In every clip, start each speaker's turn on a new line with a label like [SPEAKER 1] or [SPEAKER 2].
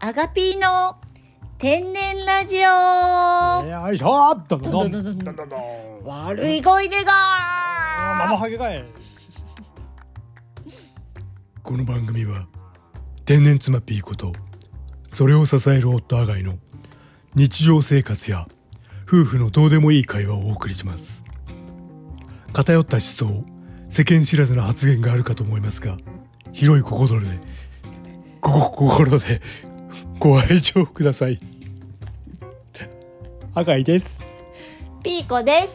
[SPEAKER 1] アガピーの天然ラジオ
[SPEAKER 2] よいしょどんどんどん
[SPEAKER 1] どんどんどん
[SPEAKER 2] どんどんどん
[SPEAKER 1] 悪い声で
[SPEAKER 2] マ
[SPEAKER 1] が
[SPEAKER 2] マハゲかい
[SPEAKER 3] この番組は天然妻ピーことそれを支える夫アガイの日常生活や夫婦のどうでもいい会話をお送りします偏った思想世間知らずな発言があるかと思いますが広い心でここ心でご愛情ください
[SPEAKER 2] 赤いです
[SPEAKER 1] ピーコです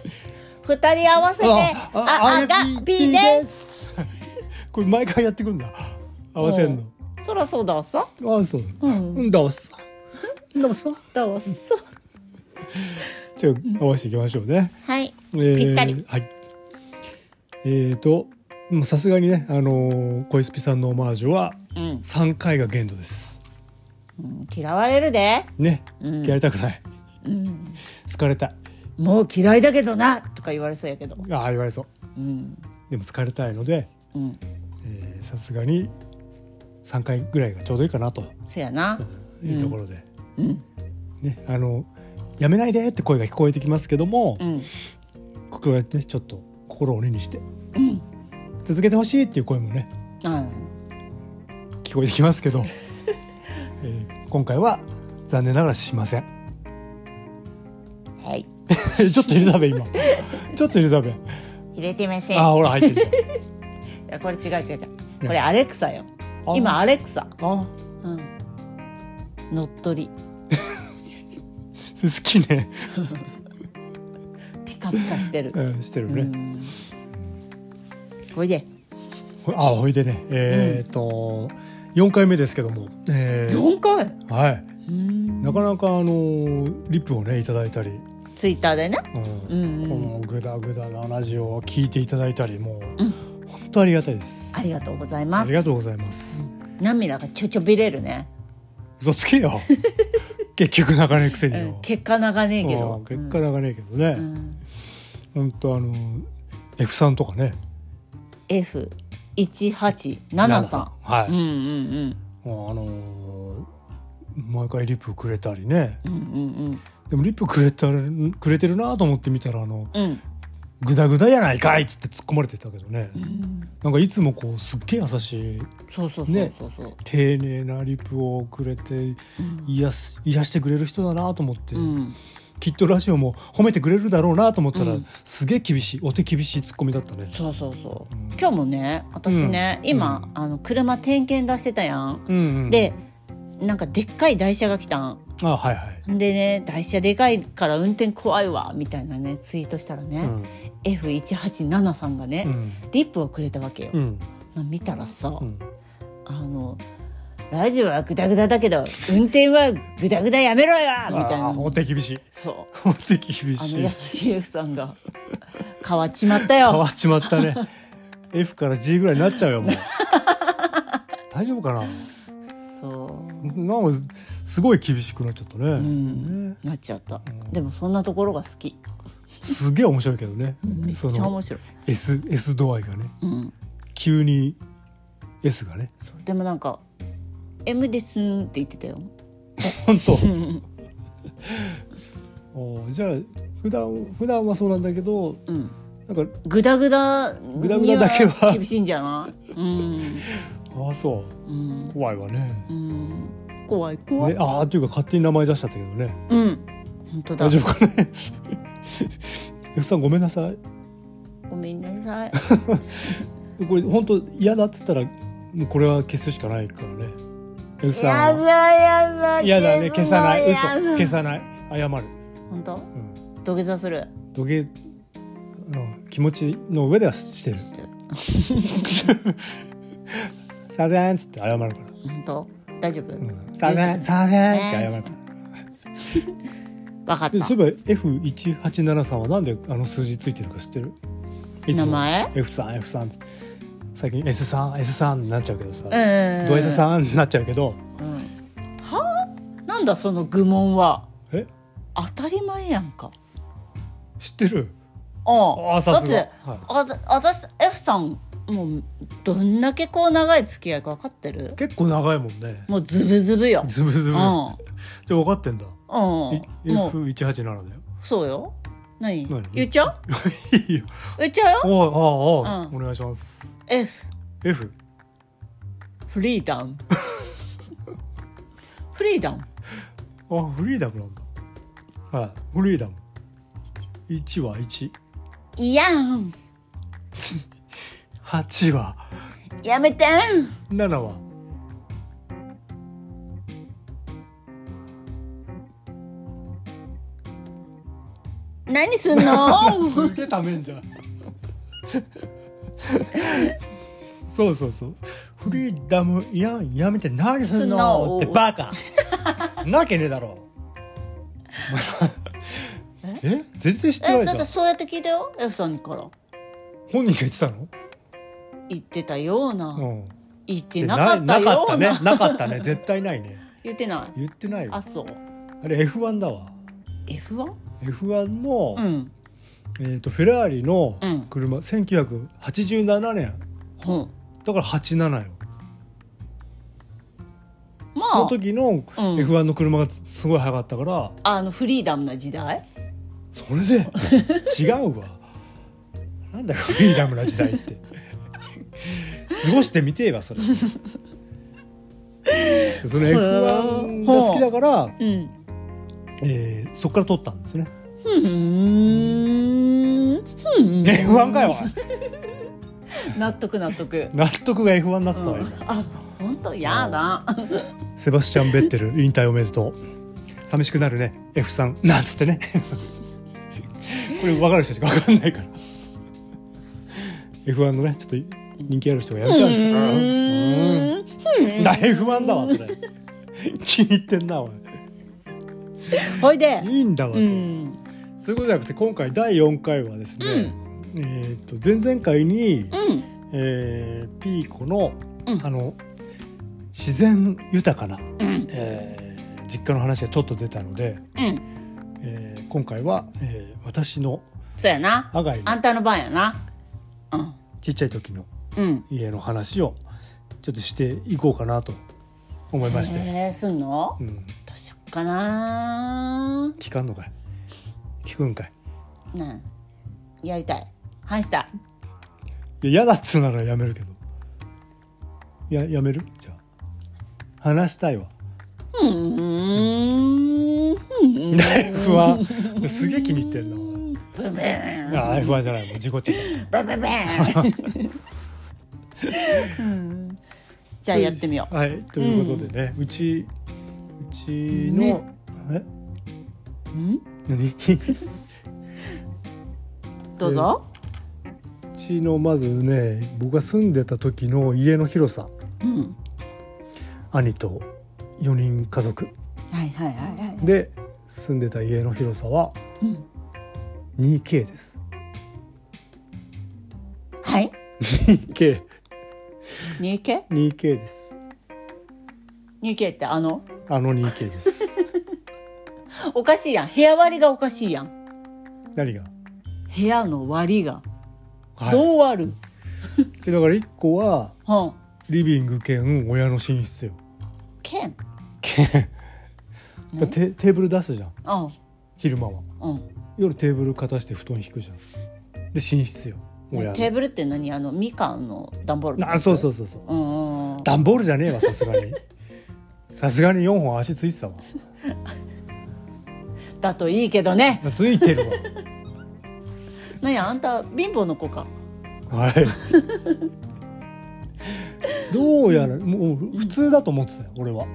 [SPEAKER 1] 二人合わせてあアガピーです
[SPEAKER 2] す これ毎回やってくんだ合わせん
[SPEAKER 1] そらそうだわさ
[SPEAKER 2] のあそううんだわさだわさ
[SPEAKER 1] だわさ
[SPEAKER 2] じゃあ合わせていきましょうね
[SPEAKER 1] はい
[SPEAKER 2] えー
[SPEAKER 1] ぴったり
[SPEAKER 2] はいえーともうさすがにねあのー小泉さんのオマージュは
[SPEAKER 1] うん
[SPEAKER 2] 三回が限度です
[SPEAKER 1] うん嫌われるで
[SPEAKER 2] ね
[SPEAKER 1] うん
[SPEAKER 2] やりたくない
[SPEAKER 1] うん
[SPEAKER 2] 疲れたい
[SPEAKER 1] もう嫌いだけどなとか言われそうやけど
[SPEAKER 2] ああ言われそう
[SPEAKER 1] うん
[SPEAKER 2] でも疲れたいので
[SPEAKER 1] うん
[SPEAKER 2] えーさすがに3回ぐらいがちょうどいいかなと
[SPEAKER 1] そやな
[SPEAKER 2] いうところで、
[SPEAKER 1] うん
[SPEAKER 2] ね、あのやめないでって声が聞こえてきますけども、
[SPEAKER 1] うん
[SPEAKER 2] ここやってねちょっと心を鬼にして
[SPEAKER 1] うん
[SPEAKER 2] 続けてほしいっていう声もね
[SPEAKER 1] うん
[SPEAKER 2] 聞こえてきますけ ど、えー今回は残念ながらしません
[SPEAKER 1] はい
[SPEAKER 2] ちょっと入れたべ今ちょっと入れたべ
[SPEAKER 1] 入れてみせん
[SPEAKER 2] あーほら入ってるじ
[SPEAKER 1] いやこれ違う違う違うこれアレクサよ
[SPEAKER 2] ゃん
[SPEAKER 1] 今
[SPEAKER 2] あ
[SPEAKER 1] アレクサ
[SPEAKER 2] あ
[SPEAKER 1] うん乗っ取り
[SPEAKER 2] それ好きね、
[SPEAKER 1] ピカピカしてる
[SPEAKER 2] うん、してる
[SPEAKER 1] う
[SPEAKER 2] ね、
[SPEAKER 1] んおいで
[SPEAKER 2] ほあほいでねえーっと、4回目ですけども、えー
[SPEAKER 1] 4回
[SPEAKER 2] はい
[SPEAKER 1] うん
[SPEAKER 2] なかなかあのーリップをねいただいたり、
[SPEAKER 1] ツイッターでね
[SPEAKER 2] うん
[SPEAKER 1] うんうん
[SPEAKER 2] このグダグダなラジオを聞いていただいたりも
[SPEAKER 1] う
[SPEAKER 2] う、
[SPEAKER 1] ん
[SPEAKER 2] 本当ありがたいです。
[SPEAKER 1] ありがとうござい
[SPEAKER 2] あ
[SPEAKER 1] ま
[SPEAKER 2] り
[SPEAKER 1] す
[SPEAKER 2] がとうございます。
[SPEAKER 1] 涙がちょちょびれるね
[SPEAKER 2] 嘘つ けよ。結局流れくせに
[SPEAKER 1] うん
[SPEAKER 2] よ。
[SPEAKER 1] 結果長ねえけ
[SPEAKER 2] う
[SPEAKER 1] ど
[SPEAKER 2] ん結果流れけどね。
[SPEAKER 1] うん
[SPEAKER 2] 本当あのー F さんとかね。
[SPEAKER 1] F 一八七三。
[SPEAKER 2] は
[SPEAKER 1] う
[SPEAKER 2] い。
[SPEAKER 1] んう
[SPEAKER 2] も
[SPEAKER 1] ん
[SPEAKER 2] うあのー毎回リップくれたりね。
[SPEAKER 1] うんうんうん
[SPEAKER 2] でもリップくれたくれてるなと思ってみたらあの
[SPEAKER 1] うんうん
[SPEAKER 2] グダグダやないかいっつって突っ込まれてたけどね。
[SPEAKER 1] うん。
[SPEAKER 2] なんかいつもこうすっげえ優しい
[SPEAKER 1] そうそうそう
[SPEAKER 2] ね
[SPEAKER 1] そうそう。
[SPEAKER 2] 丁寧なリプをくれて
[SPEAKER 1] うん
[SPEAKER 2] 癒す癒してくれる人だなと思って、
[SPEAKER 1] うん
[SPEAKER 2] きっとラジオも褒めてくれるだろうなと思ったら、
[SPEAKER 1] うん
[SPEAKER 2] すげえ厳しいお手厳しいツッコミだったね。
[SPEAKER 1] そうそうそう
[SPEAKER 2] うん。
[SPEAKER 1] 今日もね、私ね、
[SPEAKER 2] うん
[SPEAKER 1] 今
[SPEAKER 2] う
[SPEAKER 1] あの車点検出してたやん。
[SPEAKER 2] うんうん
[SPEAKER 1] で、なんかでっかい台車が来たん。
[SPEAKER 2] あはいはい、
[SPEAKER 1] んでね、台車でかいから運転怖いわみたいなねツイートしたらね、F 一八七三がね、
[SPEAKER 2] うん
[SPEAKER 1] リップをくれたわけよ。
[SPEAKER 2] うん
[SPEAKER 1] な見たらさ。
[SPEAKER 2] うん、
[SPEAKER 1] あのラジオはグダグダだけど運転はグダグダやめろよみたい
[SPEAKER 2] あー
[SPEAKER 1] な
[SPEAKER 2] お手厳しい
[SPEAKER 1] そう
[SPEAKER 2] お手厳
[SPEAKER 1] あ
[SPEAKER 2] し
[SPEAKER 1] の
[SPEAKER 2] い
[SPEAKER 1] 優しい F さんが「変わっちまった
[SPEAKER 2] 変わ
[SPEAKER 1] よ
[SPEAKER 2] っちまったね F から G ぐらいになっちゃう よもう大丈夫かな」
[SPEAKER 1] そ
[SPEAKER 2] なんかすごい厳しくなっちゃったね,、
[SPEAKER 1] ん
[SPEAKER 2] ね
[SPEAKER 1] うなっちゃったでもそんなところが好き
[SPEAKER 2] すげえ面白いけどね、
[SPEAKER 1] めっち
[SPEAKER 2] そ
[SPEAKER 1] ゃ
[SPEAKER 2] の
[SPEAKER 1] 面白い、
[SPEAKER 2] S, S 度合いがね
[SPEAKER 1] うん、
[SPEAKER 2] 急に S がね
[SPEAKER 1] そうでもなんか「M ですん」って言ってたよ
[SPEAKER 2] 本当 おーじゃあ普段普段はそうなんだけど
[SPEAKER 1] うん
[SPEAKER 2] なんか
[SPEAKER 1] グダグダ
[SPEAKER 2] グダグダだけは
[SPEAKER 1] 厳しいんじゃないうん
[SPEAKER 2] ああそう
[SPEAKER 1] うん
[SPEAKER 2] 怖いわね
[SPEAKER 1] うん怖い怖い、
[SPEAKER 2] ねああというか勝手に名前出しちゃったけどね
[SPEAKER 1] うん本当だ
[SPEAKER 2] 大丈夫かね F さんごめんなさい
[SPEAKER 1] ごめんなさい
[SPEAKER 2] これ本当嫌だっつったらもうこれは消すしかないからね F さ
[SPEAKER 1] や
[SPEAKER 2] んは
[SPEAKER 1] だやだ
[SPEAKER 2] 嫌だね消さない嘘消
[SPEAKER 1] さ
[SPEAKER 2] さない謝る、
[SPEAKER 1] 本当
[SPEAKER 2] うん、
[SPEAKER 1] 土下座する
[SPEAKER 2] 土下うん気持ちの上ではしてる「さぜん」っつって謝るから
[SPEAKER 1] 本当大丈夫、
[SPEAKER 2] 「さぜん」さぜんって謝る
[SPEAKER 1] 分かっ
[SPEAKER 2] でそ
[SPEAKER 1] た
[SPEAKER 2] ういえば F1873 はなんであの数字ついてるか知ってるいつ
[SPEAKER 1] 名
[SPEAKER 2] も
[SPEAKER 1] 前
[SPEAKER 2] ?F さん F さん最近 S さん S さんになっちゃうけどさ、
[SPEAKER 1] うん
[SPEAKER 2] ド S さんになっちゃうけど
[SPEAKER 1] なんだその愚問は
[SPEAKER 2] え
[SPEAKER 1] 当たり前やんか
[SPEAKER 2] 知ってる
[SPEAKER 1] うん
[SPEAKER 2] あさすが
[SPEAKER 1] だって、あた私 F さんもうどんだけこう長い付き合いか分かってる
[SPEAKER 2] 結構長いもんね
[SPEAKER 1] もうズブズブよ
[SPEAKER 2] ズブズ
[SPEAKER 1] うんう
[SPEAKER 2] ブじゃあ
[SPEAKER 1] ん
[SPEAKER 2] 分かってんだい
[SPEAKER 1] もう
[SPEAKER 2] F187 だよ
[SPEAKER 1] そうよ何
[SPEAKER 2] 何
[SPEAKER 1] 言っちゃう
[SPEAKER 2] いいよ
[SPEAKER 1] 言っちゃうよ
[SPEAKER 2] おいああああ
[SPEAKER 1] うん
[SPEAKER 2] お願いします
[SPEAKER 1] F
[SPEAKER 2] F
[SPEAKER 1] フリーダムフリーダム
[SPEAKER 2] あフリーダムなんだはいフリーダム1は18
[SPEAKER 1] いやん
[SPEAKER 2] は
[SPEAKER 1] やめてん
[SPEAKER 2] 7は
[SPEAKER 1] 何すん の
[SPEAKER 2] すげえためんじゃんそうそうそうフリーダムいややめて何すんのってバカなわけねえだろえ全然知ってな
[SPEAKER 1] えだ
[SPEAKER 2] いじ
[SPEAKER 1] っ
[SPEAKER 2] ゃ
[SPEAKER 1] て
[SPEAKER 2] ん
[SPEAKER 1] そうやって聞いたよ F さんから
[SPEAKER 2] 本人が言ってたの
[SPEAKER 1] 言ってたような、
[SPEAKER 2] うん
[SPEAKER 1] 言ってなかったような
[SPEAKER 2] なかったねなかったね絶対ないね
[SPEAKER 1] 言ってない
[SPEAKER 2] 言ってないよ
[SPEAKER 1] あ
[SPEAKER 2] あ
[SPEAKER 1] そう
[SPEAKER 2] れ F1 だわ
[SPEAKER 1] F1?
[SPEAKER 2] F1 の、
[SPEAKER 1] うん
[SPEAKER 2] えー、とフェラーリの
[SPEAKER 1] うん
[SPEAKER 2] 車、1987年
[SPEAKER 1] ほん
[SPEAKER 2] だから87よ
[SPEAKER 1] ま
[SPEAKER 2] その
[SPEAKER 1] あ
[SPEAKER 2] 時の F1 の車がすごい速かったから、
[SPEAKER 1] あのフリーダムな時代
[SPEAKER 2] それで違うわ なんだよフリーダムな時代って 過ごしてみてえ わそれその F1 が好きだから、
[SPEAKER 1] うん
[SPEAKER 2] えーそこから撮ったんですね
[SPEAKER 1] ふーんふーん
[SPEAKER 2] F1 かよおい
[SPEAKER 1] 納得納得
[SPEAKER 2] 納得が F1 になってたわ今、
[SPEAKER 1] あ本当やだ
[SPEAKER 2] セバスチャン・ベッテ ル引退おめでとう寂しくなるね F さんなんつって ねこれ分かる人しか分かんないから F1 のねちょっと人気ある人がやめちゃうんですようんだ F1 だわ それ気に入ってんなおい
[SPEAKER 1] ほいで
[SPEAKER 2] いいんだわそれ、
[SPEAKER 1] うん
[SPEAKER 2] そういうことじゃなくて今回第4回はですね、えっと前々回に、
[SPEAKER 1] うん
[SPEAKER 2] えーピーコの、
[SPEAKER 1] うん
[SPEAKER 2] あの自然豊かな、
[SPEAKER 1] うん
[SPEAKER 2] えー実家の話がちょっと出たので、
[SPEAKER 1] うん
[SPEAKER 2] えー今回は、えー私の
[SPEAKER 1] そうやな
[SPEAKER 2] 阿賀井
[SPEAKER 1] あ
[SPEAKER 2] の
[SPEAKER 1] んたの番やなうん
[SPEAKER 2] ちっちゃい時の
[SPEAKER 1] うん
[SPEAKER 2] 家の話をちょっとしていこうかなと思いまして、
[SPEAKER 1] えー、すんの
[SPEAKER 2] うん、
[SPEAKER 1] どうしよっかな
[SPEAKER 2] 聞かんのかい聞くんかい
[SPEAKER 1] なんやりたい話したい
[SPEAKER 2] いや嫌だっつうならやめるけどいややめるじゃあ話したいわ
[SPEAKER 1] うーんうん
[SPEAKER 2] 不安すげえ気に入ってんな
[SPEAKER 1] ブンブン
[SPEAKER 2] あ不安じゃないもう事故っちゃった
[SPEAKER 1] バンバンバンうんじゃあやってみよう。
[SPEAKER 2] はい、ということでね、うち、うちの、
[SPEAKER 1] ね
[SPEAKER 2] え、
[SPEAKER 1] ん
[SPEAKER 2] 何？ う
[SPEAKER 1] どうぞ。
[SPEAKER 2] ちのまずね、僕が住んでた時の家の広さ、
[SPEAKER 1] うん。
[SPEAKER 2] 兄と四人家族
[SPEAKER 1] はいはいはいはい。
[SPEAKER 2] で住んでた家の広さは
[SPEAKER 1] うん、
[SPEAKER 2] 2K です。
[SPEAKER 1] はい。
[SPEAKER 2] 2K、
[SPEAKER 1] 入系
[SPEAKER 2] 2K です。
[SPEAKER 1] 入系ってあの、
[SPEAKER 2] あの 2K です。
[SPEAKER 1] おかしいやん。部屋割りがおかしいやん。
[SPEAKER 2] 何が？
[SPEAKER 1] 部屋の割りが。
[SPEAKER 2] は
[SPEAKER 1] どう割る、
[SPEAKER 2] い。でだから一個は
[SPEAKER 1] はん。
[SPEAKER 2] リビング兼親の寝室よ。
[SPEAKER 1] けん。
[SPEAKER 2] 兼。だテテーブル出すじゃん。
[SPEAKER 1] うん。
[SPEAKER 2] 昼間は。
[SPEAKER 1] うん。
[SPEAKER 2] 夜テーブルかたして布団引くじゃんで寝室よ
[SPEAKER 1] ね
[SPEAKER 2] 親の
[SPEAKER 1] テーブルって何あの、みかんの段ボールのやつ
[SPEAKER 2] あそうそうそうそう
[SPEAKER 1] うんうんうん。
[SPEAKER 2] 段ボールじゃねえわさすがに さすがに4本足ついてたわ
[SPEAKER 1] だといいけどね。
[SPEAKER 2] ついてる
[SPEAKER 1] なんや、あんた貧乏の子か。
[SPEAKER 2] わはい どうやらもう普通だと思ってたよ俺は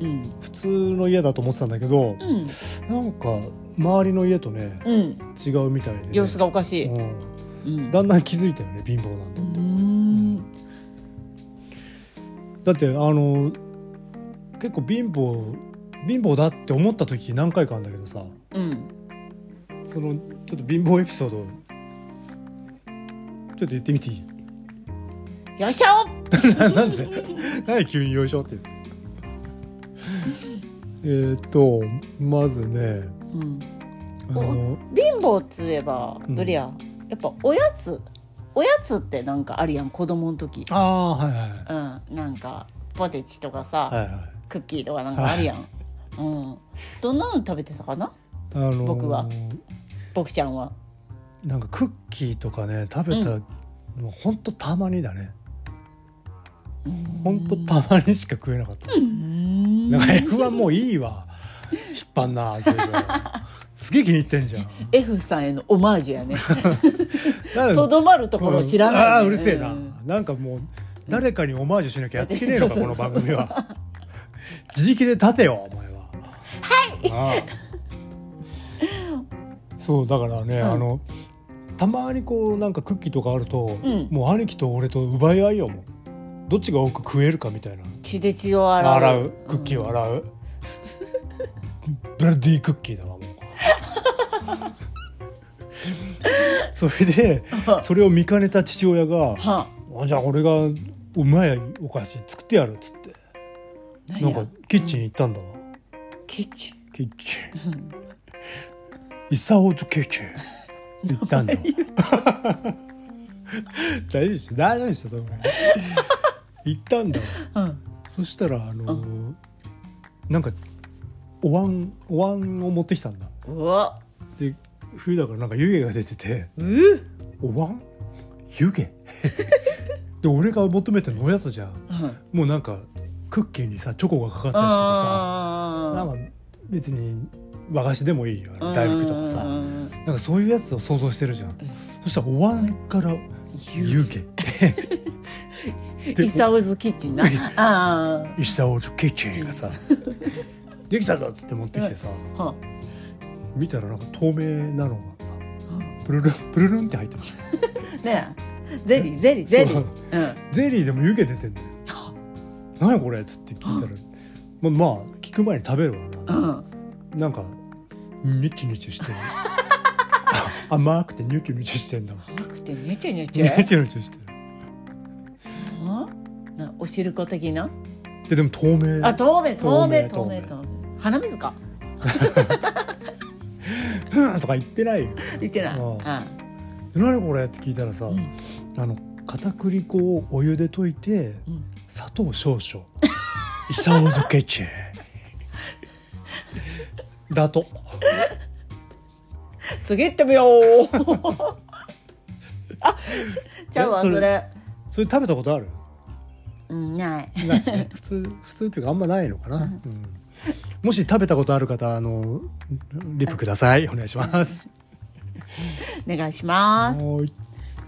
[SPEAKER 1] うん。
[SPEAKER 2] 普通の家だと思ってたんだけど
[SPEAKER 1] うん。
[SPEAKER 2] なんか周りの家とね
[SPEAKER 1] うん。
[SPEAKER 2] 違うみたいでね、
[SPEAKER 1] 様子がおかしい。
[SPEAKER 2] うん
[SPEAKER 1] うん。
[SPEAKER 2] だんだん気づいたよね貧乏なんだ
[SPEAKER 1] うーん。
[SPEAKER 2] だってあの結構貧乏貧乏だって思った時何回かあるんだけどさ
[SPEAKER 1] うん。
[SPEAKER 2] そのちょっと貧乏エピソードをちょっと言ってみてい い
[SPEAKER 1] よいしょ
[SPEAKER 2] なんで何で急によいし ょって言うのえーっとまずね
[SPEAKER 1] うん、
[SPEAKER 2] あの
[SPEAKER 1] 貧乏っつえば
[SPEAKER 2] うん
[SPEAKER 1] どれや、やっぱおやつおおやつってなんかあるやん子供の時
[SPEAKER 2] ああはいはいは
[SPEAKER 1] う
[SPEAKER 2] い
[SPEAKER 1] んなんかポテチとかさ、
[SPEAKER 2] はいはい
[SPEAKER 1] クッキーとかなんかあるやん、うんどんなの食べてたかな
[SPEAKER 2] あのー
[SPEAKER 1] 僕は僕ちゃんは
[SPEAKER 2] なんかクッキーとかね食べた
[SPEAKER 1] う
[SPEAKER 2] のほんとたまにだねほんとたまにしか食えなかった
[SPEAKER 1] うん
[SPEAKER 2] なんか F1 もういいわ引っ張んな随分すげえ気に入ってんじゃん
[SPEAKER 1] F さんへのオマージュやね
[SPEAKER 2] なん
[SPEAKER 1] と
[SPEAKER 2] か
[SPEAKER 1] どまるところを知らない、ね、
[SPEAKER 2] ああーうるせえな、
[SPEAKER 1] ん
[SPEAKER 2] なんかもう誰かにオマージュしなきゃやってきねえのか
[SPEAKER 1] そう
[SPEAKER 2] こ
[SPEAKER 1] そう
[SPEAKER 2] の
[SPEAKER 1] そう
[SPEAKER 2] 番組は自力で立てよお前ははいそうだからね、
[SPEAKER 1] うん
[SPEAKER 2] あのたまにこうなんかクッキーとかあると、
[SPEAKER 1] うん
[SPEAKER 2] もう兄貴と俺と奪い合いよもうどっちが多く食えるかみたいな
[SPEAKER 1] 血で血を洗う
[SPEAKER 2] 洗うクッキーを洗う、ブラッディークッキーだわもうそれでそれを見かねた父親が
[SPEAKER 1] うんは
[SPEAKER 2] あじゃあ俺がうまいお菓子作ってやるっつって
[SPEAKER 1] あ
[SPEAKER 2] な
[SPEAKER 1] なん
[SPEAKER 2] かキッチン行ったんだわ、
[SPEAKER 1] ケチ
[SPEAKER 2] キッチンイサオチョキッチン行ったんだわ 大丈夫でしょ大丈夫でしょそれぐらい行ったんだわ
[SPEAKER 1] うん
[SPEAKER 2] そしたらあのーなんかお椀お椀を持ってきたんだ
[SPEAKER 1] うわ
[SPEAKER 2] で冬だからなんか湯気が出てて
[SPEAKER 1] うう
[SPEAKER 2] お椀湯 気で俺が求めてるのおやつじゃん
[SPEAKER 1] うん
[SPEAKER 2] もうなんかクッキーにさチョコがかかったりとかさなん
[SPEAKER 1] あ
[SPEAKER 2] か別に和菓子でもいいよあの大福とかさ
[SPEAKER 1] うんうん
[SPEAKER 2] な
[SPEAKER 1] うん
[SPEAKER 2] んかそういうやつを想像してるじゃんそしたらお椀から湯 気
[SPEAKER 1] うんイサオズキッ チンなあ
[SPEAKER 2] イサオズキッチン がさできたぞっつって持ってきてさ
[SPEAKER 1] あは
[SPEAKER 2] 見たらなんか透明なのがさ
[SPEAKER 1] あ
[SPEAKER 2] プルルンプルルンって入ってます
[SPEAKER 1] ねえゼリーゼリーゼリ
[SPEAKER 2] そ
[SPEAKER 1] ー
[SPEAKER 2] う
[SPEAKER 1] うん
[SPEAKER 2] ゼリーでも湯気出てんのよ何これっつって聞いたらままあ聞く前に食べるわな
[SPEAKER 1] うん
[SPEAKER 2] なんかニュチュニチュ してるあ甘くてニュチュニチュしてんだ
[SPEAKER 1] 甘くてニュチュニチ
[SPEAKER 2] ニュ
[SPEAKER 1] ュ
[SPEAKER 2] チュニチュしてる
[SPEAKER 1] うんなおしるこ的な
[SPEAKER 2] ででも透明
[SPEAKER 1] あ透明透明
[SPEAKER 2] 透
[SPEAKER 1] 透
[SPEAKER 2] 明
[SPEAKER 1] 明透明鼻水か
[SPEAKER 2] ふーんとか言ってないよ
[SPEAKER 1] いけない
[SPEAKER 2] あ
[SPEAKER 1] うん
[SPEAKER 2] あ何これって聞いたらさ、
[SPEAKER 1] うん
[SPEAKER 2] あの片栗粉をお湯で溶いて
[SPEAKER 1] うん
[SPEAKER 2] 砂糖少々イサオズケチェだと
[SPEAKER 1] 次行ってみよう あちゃうわ
[SPEAKER 2] え
[SPEAKER 1] そ
[SPEAKER 2] そ
[SPEAKER 1] れ
[SPEAKER 2] れそれ食べたことある
[SPEAKER 1] うんない
[SPEAKER 2] ない ね普通普通っていうかあんまないのかな、うんもし食べたことある方あのリップくださいお願いします
[SPEAKER 1] お願いします
[SPEAKER 2] はーい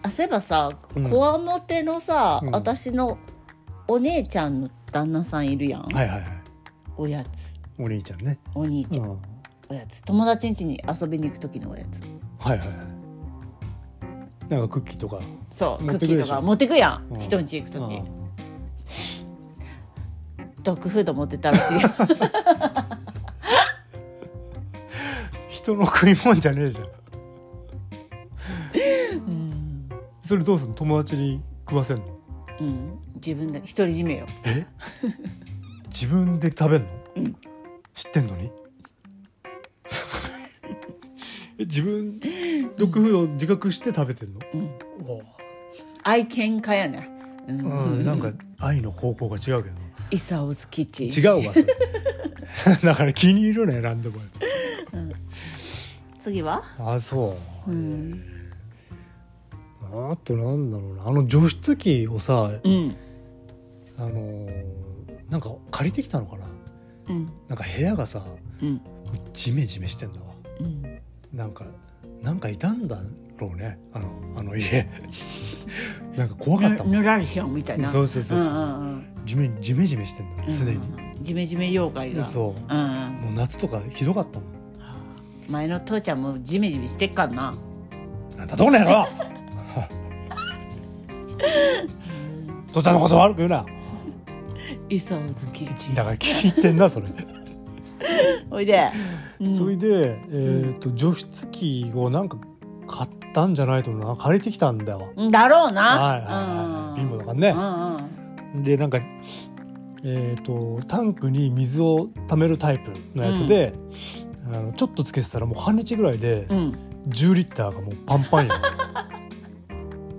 [SPEAKER 1] あそういえばさ
[SPEAKER 2] うん
[SPEAKER 1] こわもてのさ、
[SPEAKER 2] うん
[SPEAKER 1] 私のお姉ちゃんの旦那さんいるやん、
[SPEAKER 2] はいはいはい
[SPEAKER 1] おやつ
[SPEAKER 2] お兄ちゃんね、
[SPEAKER 1] お兄ち
[SPEAKER 2] う
[SPEAKER 1] ゃん、
[SPEAKER 2] ん、はい
[SPEAKER 1] おやつ友達ん家に遊びに行く時のおやつ
[SPEAKER 2] はいはいなんかクッキーとか
[SPEAKER 1] そう
[SPEAKER 2] 持
[SPEAKER 1] ク
[SPEAKER 2] っ
[SPEAKER 1] ッ
[SPEAKER 2] て
[SPEAKER 1] キ
[SPEAKER 2] く
[SPEAKER 1] ー
[SPEAKER 2] るで
[SPEAKER 1] と
[SPEAKER 2] しょ
[SPEAKER 1] か持ってくやん、
[SPEAKER 2] うん
[SPEAKER 1] 人ん家行く時、
[SPEAKER 2] うん
[SPEAKER 1] ドッグフード持ってたら しい
[SPEAKER 2] 人の食い物じゃねえじゃ ん
[SPEAKER 1] うん、
[SPEAKER 2] それどうすんの友達に食わせんの
[SPEAKER 1] うん、自分で独り占めよ
[SPEAKER 2] え自分で食べんの、知ってんのにえ自分ドッグフードを自覚して食べてんの、
[SPEAKER 1] ん
[SPEAKER 2] おう
[SPEAKER 1] 愛犬家やねうん、
[SPEAKER 2] うん、なんか愛の方向が違うけど
[SPEAKER 1] イサオズキッチン
[SPEAKER 2] 違うわそれ だから気に入るね何でも
[SPEAKER 1] 次は、
[SPEAKER 2] あそ
[SPEAKER 1] うん
[SPEAKER 2] うあとなんだろうなあの除湿機をさ
[SPEAKER 1] うん
[SPEAKER 2] あのーなんか借りてきたのかな
[SPEAKER 1] うん
[SPEAKER 2] なんか部屋がさ
[SPEAKER 1] うん
[SPEAKER 2] ジメジメしてんだわ
[SPEAKER 1] うん
[SPEAKER 2] なんかなんかいたんだろうねあのあの家 なんか怖かったもん
[SPEAKER 1] ぬられへんみたいな
[SPEAKER 2] そうそうそうそう
[SPEAKER 1] うんうんうん
[SPEAKER 2] ジメジメジメしてんだ常に、
[SPEAKER 1] うんジメジメ妖怪が
[SPEAKER 2] そ
[SPEAKER 1] うんうん
[SPEAKER 2] うもう夏とかひどかったもん
[SPEAKER 1] 前の父ちゃんもジメジメしてっかんな
[SPEAKER 2] なんだどこの野 郎父ちゃんのこと悪く言うな
[SPEAKER 1] イサオズキッチン
[SPEAKER 2] だから聞いてんなそれ、
[SPEAKER 1] おいで、うん
[SPEAKER 2] それで、えー、と除湿機をなんか買ったんじゃないと思うな借りてきたんだよ
[SPEAKER 1] だろうな
[SPEAKER 2] はいはいはい貧乏だからね
[SPEAKER 1] うんうん
[SPEAKER 2] でなんかえっ、とタンクに水を溜めるタイプのやつで、あのちょっとつけてたらもう半日ぐらいで
[SPEAKER 1] うん
[SPEAKER 2] 10リッターがもうパンパンや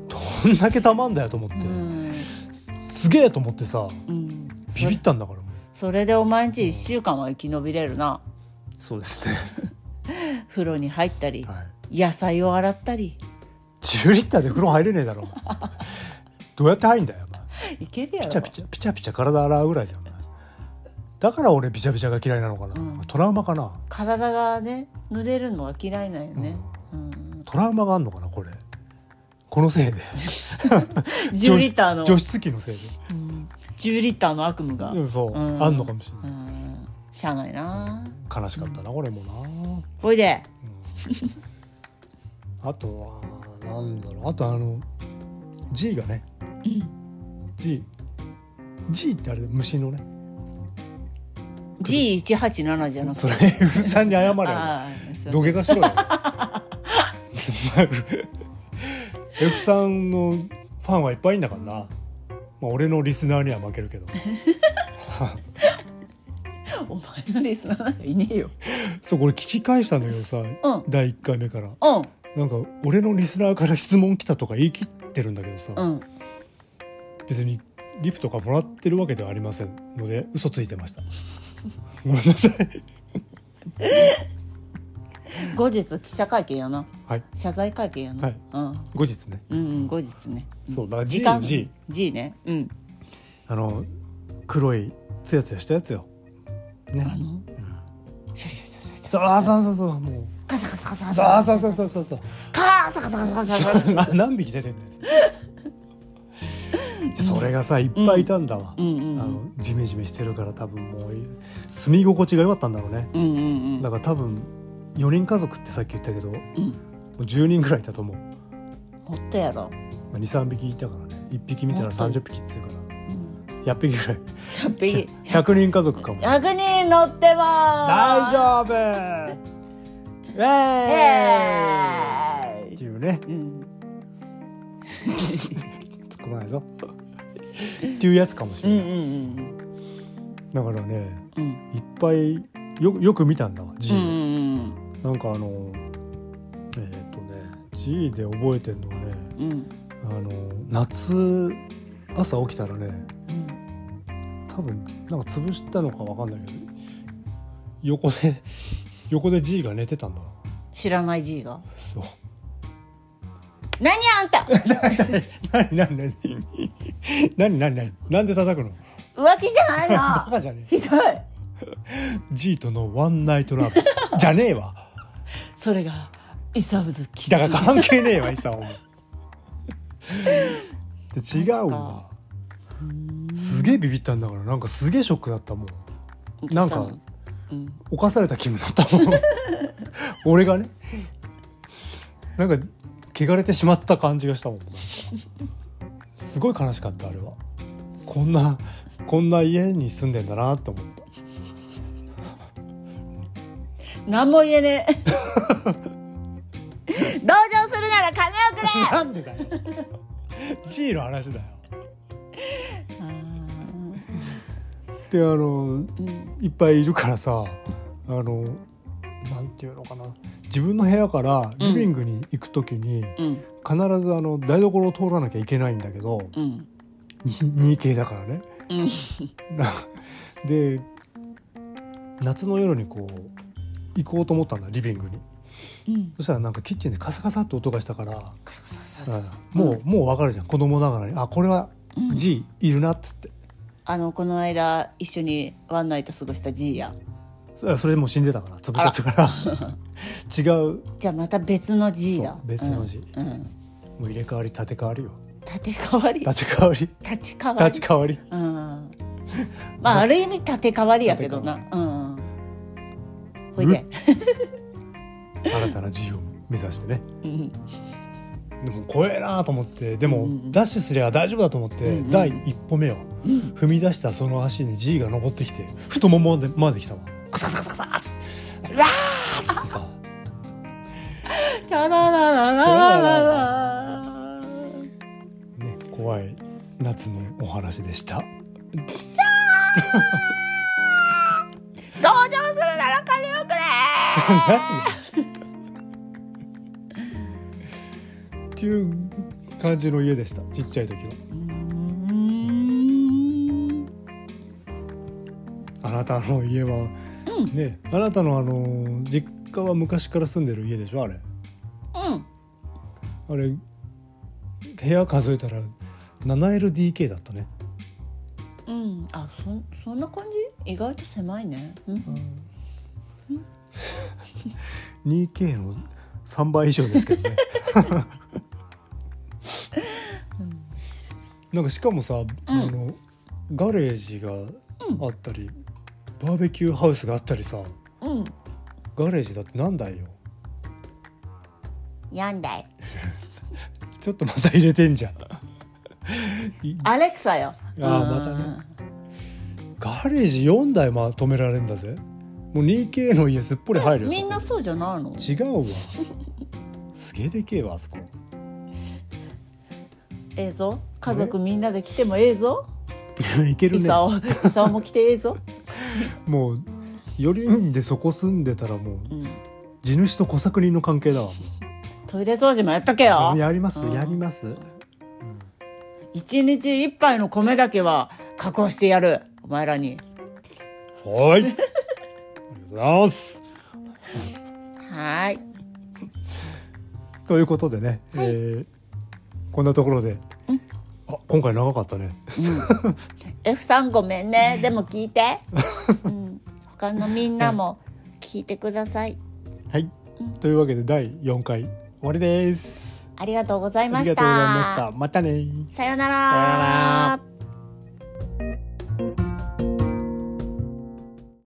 [SPEAKER 2] どどんだけたまんだよと思って、
[SPEAKER 1] うん
[SPEAKER 2] すげえと思ってさ
[SPEAKER 1] うん
[SPEAKER 2] ビビったんだから
[SPEAKER 1] それでお前んち1週間は生き延びれるな
[SPEAKER 2] そうですね
[SPEAKER 1] 風呂に入ったり、
[SPEAKER 2] はい
[SPEAKER 1] 野菜を洗ったり
[SPEAKER 2] 10リッターで風呂入れねえだろお前どうやって入んだよお前
[SPEAKER 1] いけるやろ
[SPEAKER 2] ピチャピチャピチャピチャ体洗うぐらいじゃんお前だから俺ビチャビチャが嫌いなのかな、
[SPEAKER 1] うん
[SPEAKER 2] トラウマかな
[SPEAKER 1] 体がね濡れるのは嫌いなんよね、うん
[SPEAKER 2] トラウマがあんのかなこれこのせいで
[SPEAKER 1] 10リッターの
[SPEAKER 2] 除湿機のせいで
[SPEAKER 1] うん10リッターの悪夢が、
[SPEAKER 2] うんそう、
[SPEAKER 1] うん
[SPEAKER 2] あんのかもしれ
[SPEAKER 1] う
[SPEAKER 2] ない、
[SPEAKER 1] んしゃあないな
[SPEAKER 2] 悲しかったなこれもな
[SPEAKER 1] おいで
[SPEAKER 2] あとはなんだろうあとあの G がね、G G ってあれ虫のね
[SPEAKER 1] G187 じゃなくて
[SPEAKER 2] それ F さんに謝れよ
[SPEAKER 1] ああそう
[SPEAKER 2] 土下座しろよ お前 F さんのファンはいっぱいいんだからな、まあ、俺のリスナーには負けるけど
[SPEAKER 1] お前のリスナーなんかいねえよ
[SPEAKER 2] そうこれ聞き返したんだけどさ、
[SPEAKER 1] ん
[SPEAKER 2] 第1回目から
[SPEAKER 1] うん
[SPEAKER 2] なんか俺のリスナーから質問来たとか言い切ってるんだけどさ、
[SPEAKER 1] うん
[SPEAKER 2] 別にリプとかもらってるわけではありませんので嘘ついて ましたごめんなさい
[SPEAKER 1] 後日記者会見やな
[SPEAKER 2] はい
[SPEAKER 1] 謝罪会見やな、
[SPEAKER 2] はい
[SPEAKER 1] うん
[SPEAKER 2] 後日ね
[SPEAKER 1] うんうん後日ね
[SPEAKER 2] そうだから G
[SPEAKER 1] 時間
[SPEAKER 2] G
[SPEAKER 1] G ねうん
[SPEAKER 2] あの黒いツヤツヤしたやつよね
[SPEAKER 1] あのシャシャシャシャシャ
[SPEAKER 2] そうあそうそうそうもう
[SPEAKER 1] カサカサカサカ
[SPEAKER 2] そ
[SPEAKER 1] サ
[SPEAKER 2] うそうそうそうそうそう
[SPEAKER 1] カサカサカサカサ
[SPEAKER 2] な何匹出てん だよそれがさいっぱいいたんだわ、
[SPEAKER 1] うんうん
[SPEAKER 2] あのジメジメしてるから多分もう住み心地が良かったんだろうね、
[SPEAKER 1] うんうんうん
[SPEAKER 2] だから多分4人家族ってさっき言ったけども
[SPEAKER 1] うん
[SPEAKER 2] う10人ぐらいいたと思う
[SPEAKER 1] もっとや ろ、
[SPEAKER 2] まあ、23匹いたからね1匹見たら
[SPEAKER 1] 本当
[SPEAKER 2] 30匹っていうから
[SPEAKER 1] うん、
[SPEAKER 2] 100匹ぐらい
[SPEAKER 1] 100匹
[SPEAKER 2] 100人家族かも
[SPEAKER 1] 100人乗ってま
[SPEAKER 2] 大
[SPEAKER 1] す
[SPEAKER 2] 丈夫ウェーイ
[SPEAKER 1] え
[SPEAKER 2] っていうね
[SPEAKER 1] ーイうん
[SPEAKER 2] 突っ込まないぞっていうやつかもし
[SPEAKER 1] う
[SPEAKER 2] れ
[SPEAKER 1] ん
[SPEAKER 2] ない、
[SPEAKER 1] うん
[SPEAKER 2] だからね
[SPEAKER 1] うんうん
[SPEAKER 2] いっぱいよよく見たんだわ G
[SPEAKER 1] う
[SPEAKER 2] を、
[SPEAKER 1] ん
[SPEAKER 2] なんかあのえーっ、とね G で覚えてんのはね
[SPEAKER 1] うんうん
[SPEAKER 2] あの夏朝起きたらね
[SPEAKER 1] うん
[SPEAKER 2] 多分なんか潰したのかわかんないけど横で 横で G が寝てたんだ
[SPEAKER 1] 知らない G が
[SPEAKER 2] そう
[SPEAKER 1] 何あんた浮
[SPEAKER 2] 何何何何何何なんで叩くの
[SPEAKER 1] 気じゃない
[SPEAKER 2] バ
[SPEAKER 1] の
[SPEAKER 2] カじゃねえ
[SPEAKER 1] ひどい
[SPEAKER 2] G とのワンナイトラブ じゃねえわ
[SPEAKER 1] それがイサブズキ
[SPEAKER 2] だから関係ねえわいさお前
[SPEAKER 1] マ
[SPEAKER 2] で違う
[SPEAKER 1] ジ
[SPEAKER 2] わ
[SPEAKER 1] か
[SPEAKER 2] すげえビビったんだからなんかすげえショックだったもんなんか
[SPEAKER 1] うん
[SPEAKER 2] 犯された気分だったもん 俺がねなんか汚れてしまった感じがしたもんなんかすごい悲しかったあれはこんなこんな家に住んでんだなと思った
[SPEAKER 1] 何も言えねえ同情するなら金をくれ
[SPEAKER 2] なんでだよ G の話だよであの
[SPEAKER 1] うん
[SPEAKER 2] いっぱいいるからさあのなんていうのかな自分の部屋からリビングに行く時に、
[SPEAKER 1] うん
[SPEAKER 2] 必ずあの台所を通らなきゃいけないんだけど
[SPEAKER 1] うん
[SPEAKER 2] に2系だからね。
[SPEAKER 1] うん
[SPEAKER 2] なで夏の夜にこう行こうと思ったんだリビングに
[SPEAKER 1] うん
[SPEAKER 2] そしたらなんかキッチンでカサカサって音がしたから、
[SPEAKER 1] カサカサ
[SPEAKER 2] う
[SPEAKER 1] カ
[SPEAKER 2] ん
[SPEAKER 1] サ
[SPEAKER 2] もうもう分かるじゃん子供ながらにあこれは G いるなっつって、
[SPEAKER 1] あのこの間一緒にワンナイト過ごした G や
[SPEAKER 2] それそれでもう死んでたから潰しちゃったから 違う
[SPEAKER 1] じゃあまた別の G だ
[SPEAKER 2] そう別の G
[SPEAKER 1] うんうん
[SPEAKER 2] もう入れ替わり立て替わりよ
[SPEAKER 1] 立て替わり
[SPEAKER 2] 立ち替 わり
[SPEAKER 1] 立ち替わり
[SPEAKER 2] 立ち替わり
[SPEAKER 1] うんまあある意味立て替わりやけどな
[SPEAKER 2] 立
[SPEAKER 1] うんほいで
[SPEAKER 2] 新たな G を目指してね
[SPEAKER 1] うん
[SPEAKER 2] でも怖えなと思ってで
[SPEAKER 1] う
[SPEAKER 2] も
[SPEAKER 1] んうん
[SPEAKER 2] ダッシュすれば大丈夫だと思って、
[SPEAKER 1] うんうん
[SPEAKER 2] 第一歩目を
[SPEAKER 1] うん
[SPEAKER 2] 踏み出したその足に G が登ってきて太ももまでまで来たわカサカサカサカサっつって「うわー!」っつってさ
[SPEAKER 1] キャラララララララ
[SPEAKER 2] ね、怖い夏のお話でした。
[SPEAKER 1] 同情するなら金をくれ
[SPEAKER 2] っていう感じの家でしたちっちゃい時は
[SPEAKER 1] うん
[SPEAKER 2] あなたの家は、ねあなたのあの実家は昔から住んでる家でしょあれ
[SPEAKER 1] うん
[SPEAKER 2] あれ部屋数えたら 7LDK だったね、
[SPEAKER 1] うんあそそんな感じ意外と狭いね、うん、
[SPEAKER 2] 2K の3倍以上ですけどね、 なんかしかもさ、あのガレージがあったり、バーベキューハウスがあったりさ
[SPEAKER 1] うん、
[SPEAKER 2] ガレージだって何台よ
[SPEAKER 1] やんだい
[SPEAKER 2] ちょっとまた入れてんじゃん
[SPEAKER 1] アレクサよ
[SPEAKER 2] あーまたねガレージ4台まとめられるんだぜもう 2K の家すっぽり入る
[SPEAKER 1] う
[SPEAKER 2] よ
[SPEAKER 1] んみんなそうじゃないの
[SPEAKER 2] 違 うわすげえでけえわあそこ
[SPEAKER 1] ええぞ家族みんなで来てもええぞ
[SPEAKER 2] いけ
[SPEAKER 1] イ
[SPEAKER 2] るね
[SPEAKER 1] サオイサオも来てええぞ、
[SPEAKER 2] もう4人でそこ住んでたらもう
[SPEAKER 1] うん、
[SPEAKER 2] 地主と小作人の関係だわも
[SPEAKER 1] トイレ掃除もやっとけよ
[SPEAKER 2] うやります
[SPEAKER 1] うん
[SPEAKER 2] やります
[SPEAKER 1] 一日一杯の米だけは加工してやるお前らに
[SPEAKER 2] はいありがとうございます
[SPEAKER 1] はーい
[SPEAKER 2] ということでね、えーこんなところであ今回長かったね
[SPEAKER 1] F さんごめんねでも聞いて、 うん、他のみんなも聞いてください
[SPEAKER 2] はいというわけで第4回終わりです
[SPEAKER 1] ありがとうござい
[SPEAKER 2] あ
[SPEAKER 1] ま
[SPEAKER 2] りが
[SPEAKER 1] し
[SPEAKER 2] とうございましたたまたね
[SPEAKER 1] さよな
[SPEAKER 2] さよ
[SPEAKER 1] ら
[SPEAKER 2] なら